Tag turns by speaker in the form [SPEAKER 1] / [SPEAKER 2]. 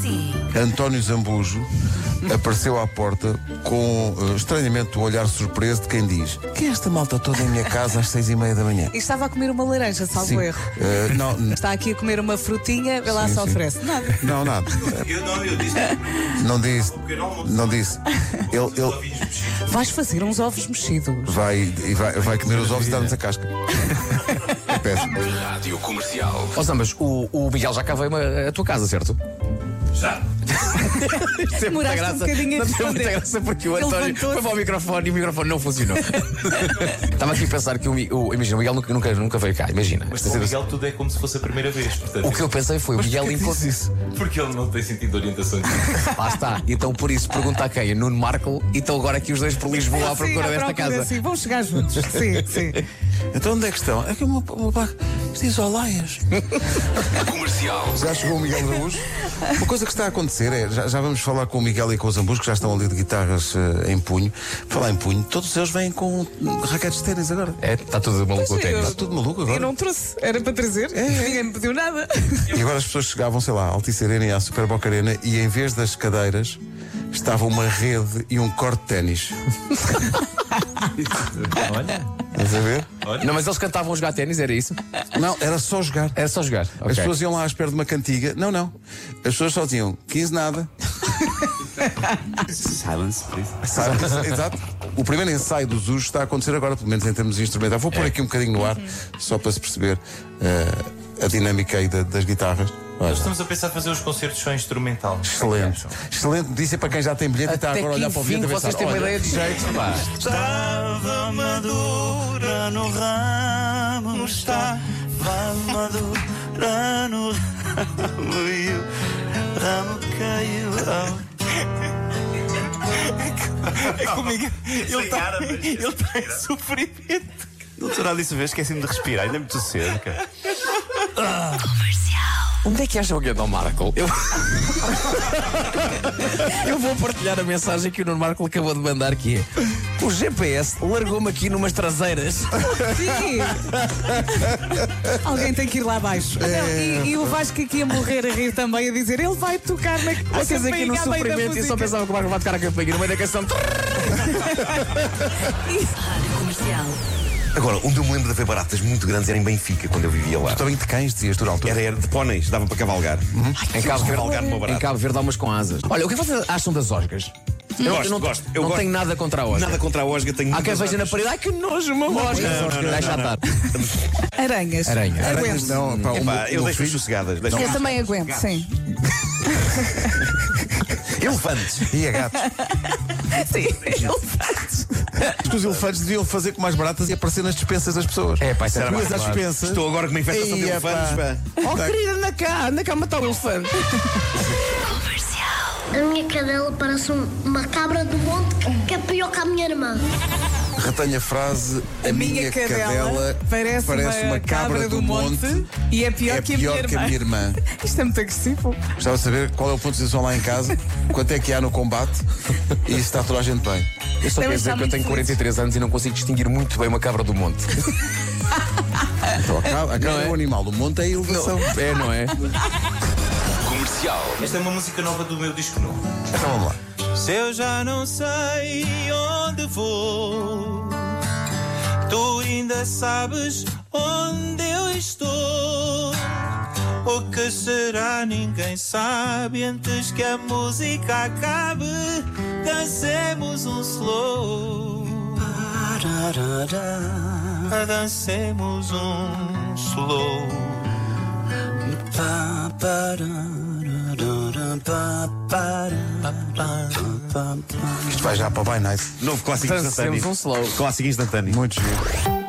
[SPEAKER 1] Sim.
[SPEAKER 2] António Zambujo apareceu à porta com eh, estranhamente o olhar surpreso de quem diz que é esta malta toda em minha casa às seis e meia da manhã.
[SPEAKER 1] E estava a comer uma laranja, salvo
[SPEAKER 2] Sim.
[SPEAKER 1] erro.
[SPEAKER 2] Eh, não, n-
[SPEAKER 1] Está aqui a comer uma frutinha, vê lá
[SPEAKER 2] Sim,
[SPEAKER 1] se
[SPEAKER 2] sim.
[SPEAKER 1] oferece. Nada.
[SPEAKER 2] não, nada.
[SPEAKER 3] Eu não, eu disse
[SPEAKER 2] Não disse.
[SPEAKER 3] porque eu não monto
[SPEAKER 2] Não disse. Ele, ele
[SPEAKER 3] ovinhos mexidos.
[SPEAKER 1] Vais fazer uns ovos mexidos.
[SPEAKER 2] vai, e vai, vai comer os ovos e dar-nos a casca. É péssimo.
[SPEAKER 4] Rádio Comercial.
[SPEAKER 5] Ó Zambas, o, o Miguel já cá veio uma- a tua casa, certo?
[SPEAKER 3] Já.
[SPEAKER 5] Isso é
[SPEAKER 1] Demoraste
[SPEAKER 5] muita
[SPEAKER 1] um
[SPEAKER 5] graça.
[SPEAKER 1] bocadinho a
[SPEAKER 5] Não tem muita
[SPEAKER 1] responder.
[SPEAKER 5] graça porque o
[SPEAKER 1] Ele
[SPEAKER 5] António
[SPEAKER 1] levantou-se.
[SPEAKER 5] foi para o microfone e o microfone não funcionou. Estava aqui a pensar que o, Mi- o- imagina, o Miguel nunca, nunca, nunca veio cá, imagina.
[SPEAKER 3] Mas com o Miguel tudo é como se fosse a primeira vez. Portanto,
[SPEAKER 5] O que eu pensei foi o Miguel encontra.
[SPEAKER 2] isso.
[SPEAKER 3] Porque ele não tem sentido de orientação.
[SPEAKER 5] Lá está. Então por isso pergunta a quem? A Nuno Marco e estão agora aqui os dois por Lisboa
[SPEAKER 1] Sim,
[SPEAKER 5] à procura
[SPEAKER 1] à
[SPEAKER 5] desta
[SPEAKER 1] procura,
[SPEAKER 5] casa.
[SPEAKER 1] Sim, vão chegar juntos. Sim, sim.
[SPEAKER 2] Então onde é que estão? É que uma, uma placa. Isto diz Olaias.
[SPEAKER 4] Comercial.
[SPEAKER 2] Já chegou o Miguel Zambujo? Uma coisa que está a acontecer é, já, já vamos falar com o Miguel e com o Zambujo, que já estão ali de guitarras eh, em punho. Falar em punho, todos eles vêm com raquetes de ténis agora.
[SPEAKER 5] É, está tudo maluco o
[SPEAKER 1] Pois é,
[SPEAKER 5] ténis.
[SPEAKER 2] Está tudo maluco
[SPEAKER 1] Eu
[SPEAKER 2] agora.
[SPEAKER 1] não trouxe, era para
[SPEAKER 2] É,
[SPEAKER 1] trazer. Ninguém me pediu nada.
[SPEAKER 2] E agora as pessoas chegavam, sei lá, à Altice Arena e à Super Boca Arena e em vez das cadeiras estava uma rede e um corte de ténis.
[SPEAKER 3] Olha.
[SPEAKER 2] Estás a ver?
[SPEAKER 5] Não, mas eles cantavam a jogar ténis, era isso?
[SPEAKER 2] Não, era só jogar.
[SPEAKER 5] Era só jogar.
[SPEAKER 2] As
[SPEAKER 5] Ok.
[SPEAKER 2] pessoas iam lá à espera de uma cantiga. Não, não. As pessoas só tinham 15 nada.
[SPEAKER 4] Silence, please.
[SPEAKER 2] Sabe? Exato. O primeiro ensaio dos Usos está a acontecer agora, pelo menos em termos instrumentais. Vou pôr aqui um bocadinho no ar, só para se perceber eh, a dinâmica aí da- das guitarras. Olha,
[SPEAKER 3] Nós estamos a pensar fazer os concertos só instrumental.
[SPEAKER 2] Excelente.
[SPEAKER 6] é.
[SPEAKER 2] Excelente notícia para quem já tem bilhete e está
[SPEAKER 5] Até
[SPEAKER 2] agora a
[SPEAKER 5] que
[SPEAKER 2] olhar para o
[SPEAKER 5] enfim
[SPEAKER 2] bilhete e a
[SPEAKER 5] vocês
[SPEAKER 2] pensar,
[SPEAKER 5] têm uma
[SPEAKER 2] olha,
[SPEAKER 5] ideia de jeito, pá.
[SPEAKER 7] Estava madura no ramo, estava madura no ramo e o ramo caiu ao
[SPEAKER 3] Ele está ele tá em sofrimento.
[SPEAKER 7] Doutor Alice, vê, esqueci-me de respirar, ainda é muito cedo, cara.
[SPEAKER 5] Onde é que acha o Guedon Marco? Eu... Eu vou partilhar a mensagem que o Nuno Marco acabou de mandar que é O GPS largou-me aqui numas traseiras.
[SPEAKER 1] Sim. Alguém tem que ir lá abaixo.
[SPEAKER 2] É.
[SPEAKER 1] Não, e, e o Vasco aqui a morrer a rir também, a dizer: ele vai tocar na.
[SPEAKER 5] Vocês aqui no
[SPEAKER 1] campainha à meio da
[SPEAKER 5] sofrimento e só
[SPEAKER 1] música."
[SPEAKER 5] pensavam que o Marco vai tocar a campanha no meio da canção.
[SPEAKER 6] Agora, um onde eu me lembro de haver baratas muito grandes era em Benfica, quando eu vivia lá.
[SPEAKER 2] Também de cães, dizias tu na altura.
[SPEAKER 6] Era, era de póneis, dava para cavalgar.
[SPEAKER 5] Em Cabo,
[SPEAKER 6] Cavalgar
[SPEAKER 5] Verde,
[SPEAKER 6] numa
[SPEAKER 5] Uhum. em
[SPEAKER 6] barata.
[SPEAKER 5] Cabo Verde há umas com asas. Olha, o que vocês acham das osgas? Eu,
[SPEAKER 6] Gosto,
[SPEAKER 5] não,
[SPEAKER 6] gosto. Eu
[SPEAKER 5] não
[SPEAKER 6] gosto.
[SPEAKER 5] tenho nada contra a osga.
[SPEAKER 6] Nada contra a Osga, tenho
[SPEAKER 5] Há quem
[SPEAKER 6] muitas
[SPEAKER 5] veja na
[SPEAKER 6] aspas.
[SPEAKER 5] parede, ai que nojo, uma osga. Deixa estar.
[SPEAKER 1] Aranhas.
[SPEAKER 5] Aranhas.
[SPEAKER 1] Aguento.
[SPEAKER 2] Aranhas, não, pá, o
[SPEAKER 6] Pá,
[SPEAKER 2] meu-
[SPEAKER 6] eu
[SPEAKER 2] o meu
[SPEAKER 6] deixo
[SPEAKER 2] filho-
[SPEAKER 6] sossegadas. Deixo
[SPEAKER 1] Eu também aguento, sim.
[SPEAKER 6] Elefantes.
[SPEAKER 2] E a gatos.
[SPEAKER 1] Sim.
[SPEAKER 6] É.
[SPEAKER 2] Porque os elefantes deviam fazer com mais baratas e aparecer nas dispensas das pessoas.
[SPEAKER 5] É, pá, isso era
[SPEAKER 2] Será
[SPEAKER 5] mais
[SPEAKER 2] mais às
[SPEAKER 5] barato.
[SPEAKER 2] dispensas.
[SPEAKER 6] Estou agora com uma infestação de
[SPEAKER 2] Ia,
[SPEAKER 6] elefantes. pá.
[SPEAKER 5] Oh,
[SPEAKER 1] Tá.
[SPEAKER 5] querida, anda cá, anda cá matar o elefante.
[SPEAKER 8] A minha cadela parece um- uma cabra do monte que- que é pior que a minha irmã.
[SPEAKER 2] Retenha a frase: a,
[SPEAKER 1] A minha cadela parece, uma, cabra, do, monte, e é pior,
[SPEAKER 2] é
[SPEAKER 1] que, a
[SPEAKER 2] pior
[SPEAKER 1] minha
[SPEAKER 2] que a minha irmã.
[SPEAKER 1] Isto é muito agressivo.
[SPEAKER 2] Gostava de saber qual é o ponto de situação lá em casa, quanto é que há no combate e se está toda a gente bem.
[SPEAKER 5] Eu só
[SPEAKER 1] Também
[SPEAKER 5] quero
[SPEAKER 1] está
[SPEAKER 5] dizer que eu
[SPEAKER 1] muito
[SPEAKER 5] tenho
[SPEAKER 1] feliz.
[SPEAKER 5] 43 anos e não consigo distinguir muito bem uma cabra do monte.
[SPEAKER 2] Então, a cabra, a cabra
[SPEAKER 5] Não é?
[SPEAKER 2] é um animal, o monte é a elevação.
[SPEAKER 5] É, não é?
[SPEAKER 4] Comercial.
[SPEAKER 3] Esta é uma música nova do meu disco novo.
[SPEAKER 2] Então vamos lá.
[SPEAKER 7] Se eu já não sei onde vou, tu ainda sabes onde eu estou. O que será ninguém sabe antes que a música acabe. Dancemos um slow. Dancemos um slow.
[SPEAKER 2] Isto vai já para o By Night.
[SPEAKER 6] Novo clássico
[SPEAKER 5] Portanto,
[SPEAKER 6] instantâneo.
[SPEAKER 5] temos um slow.
[SPEAKER 6] Clássico instantâneo.
[SPEAKER 2] Muito giro.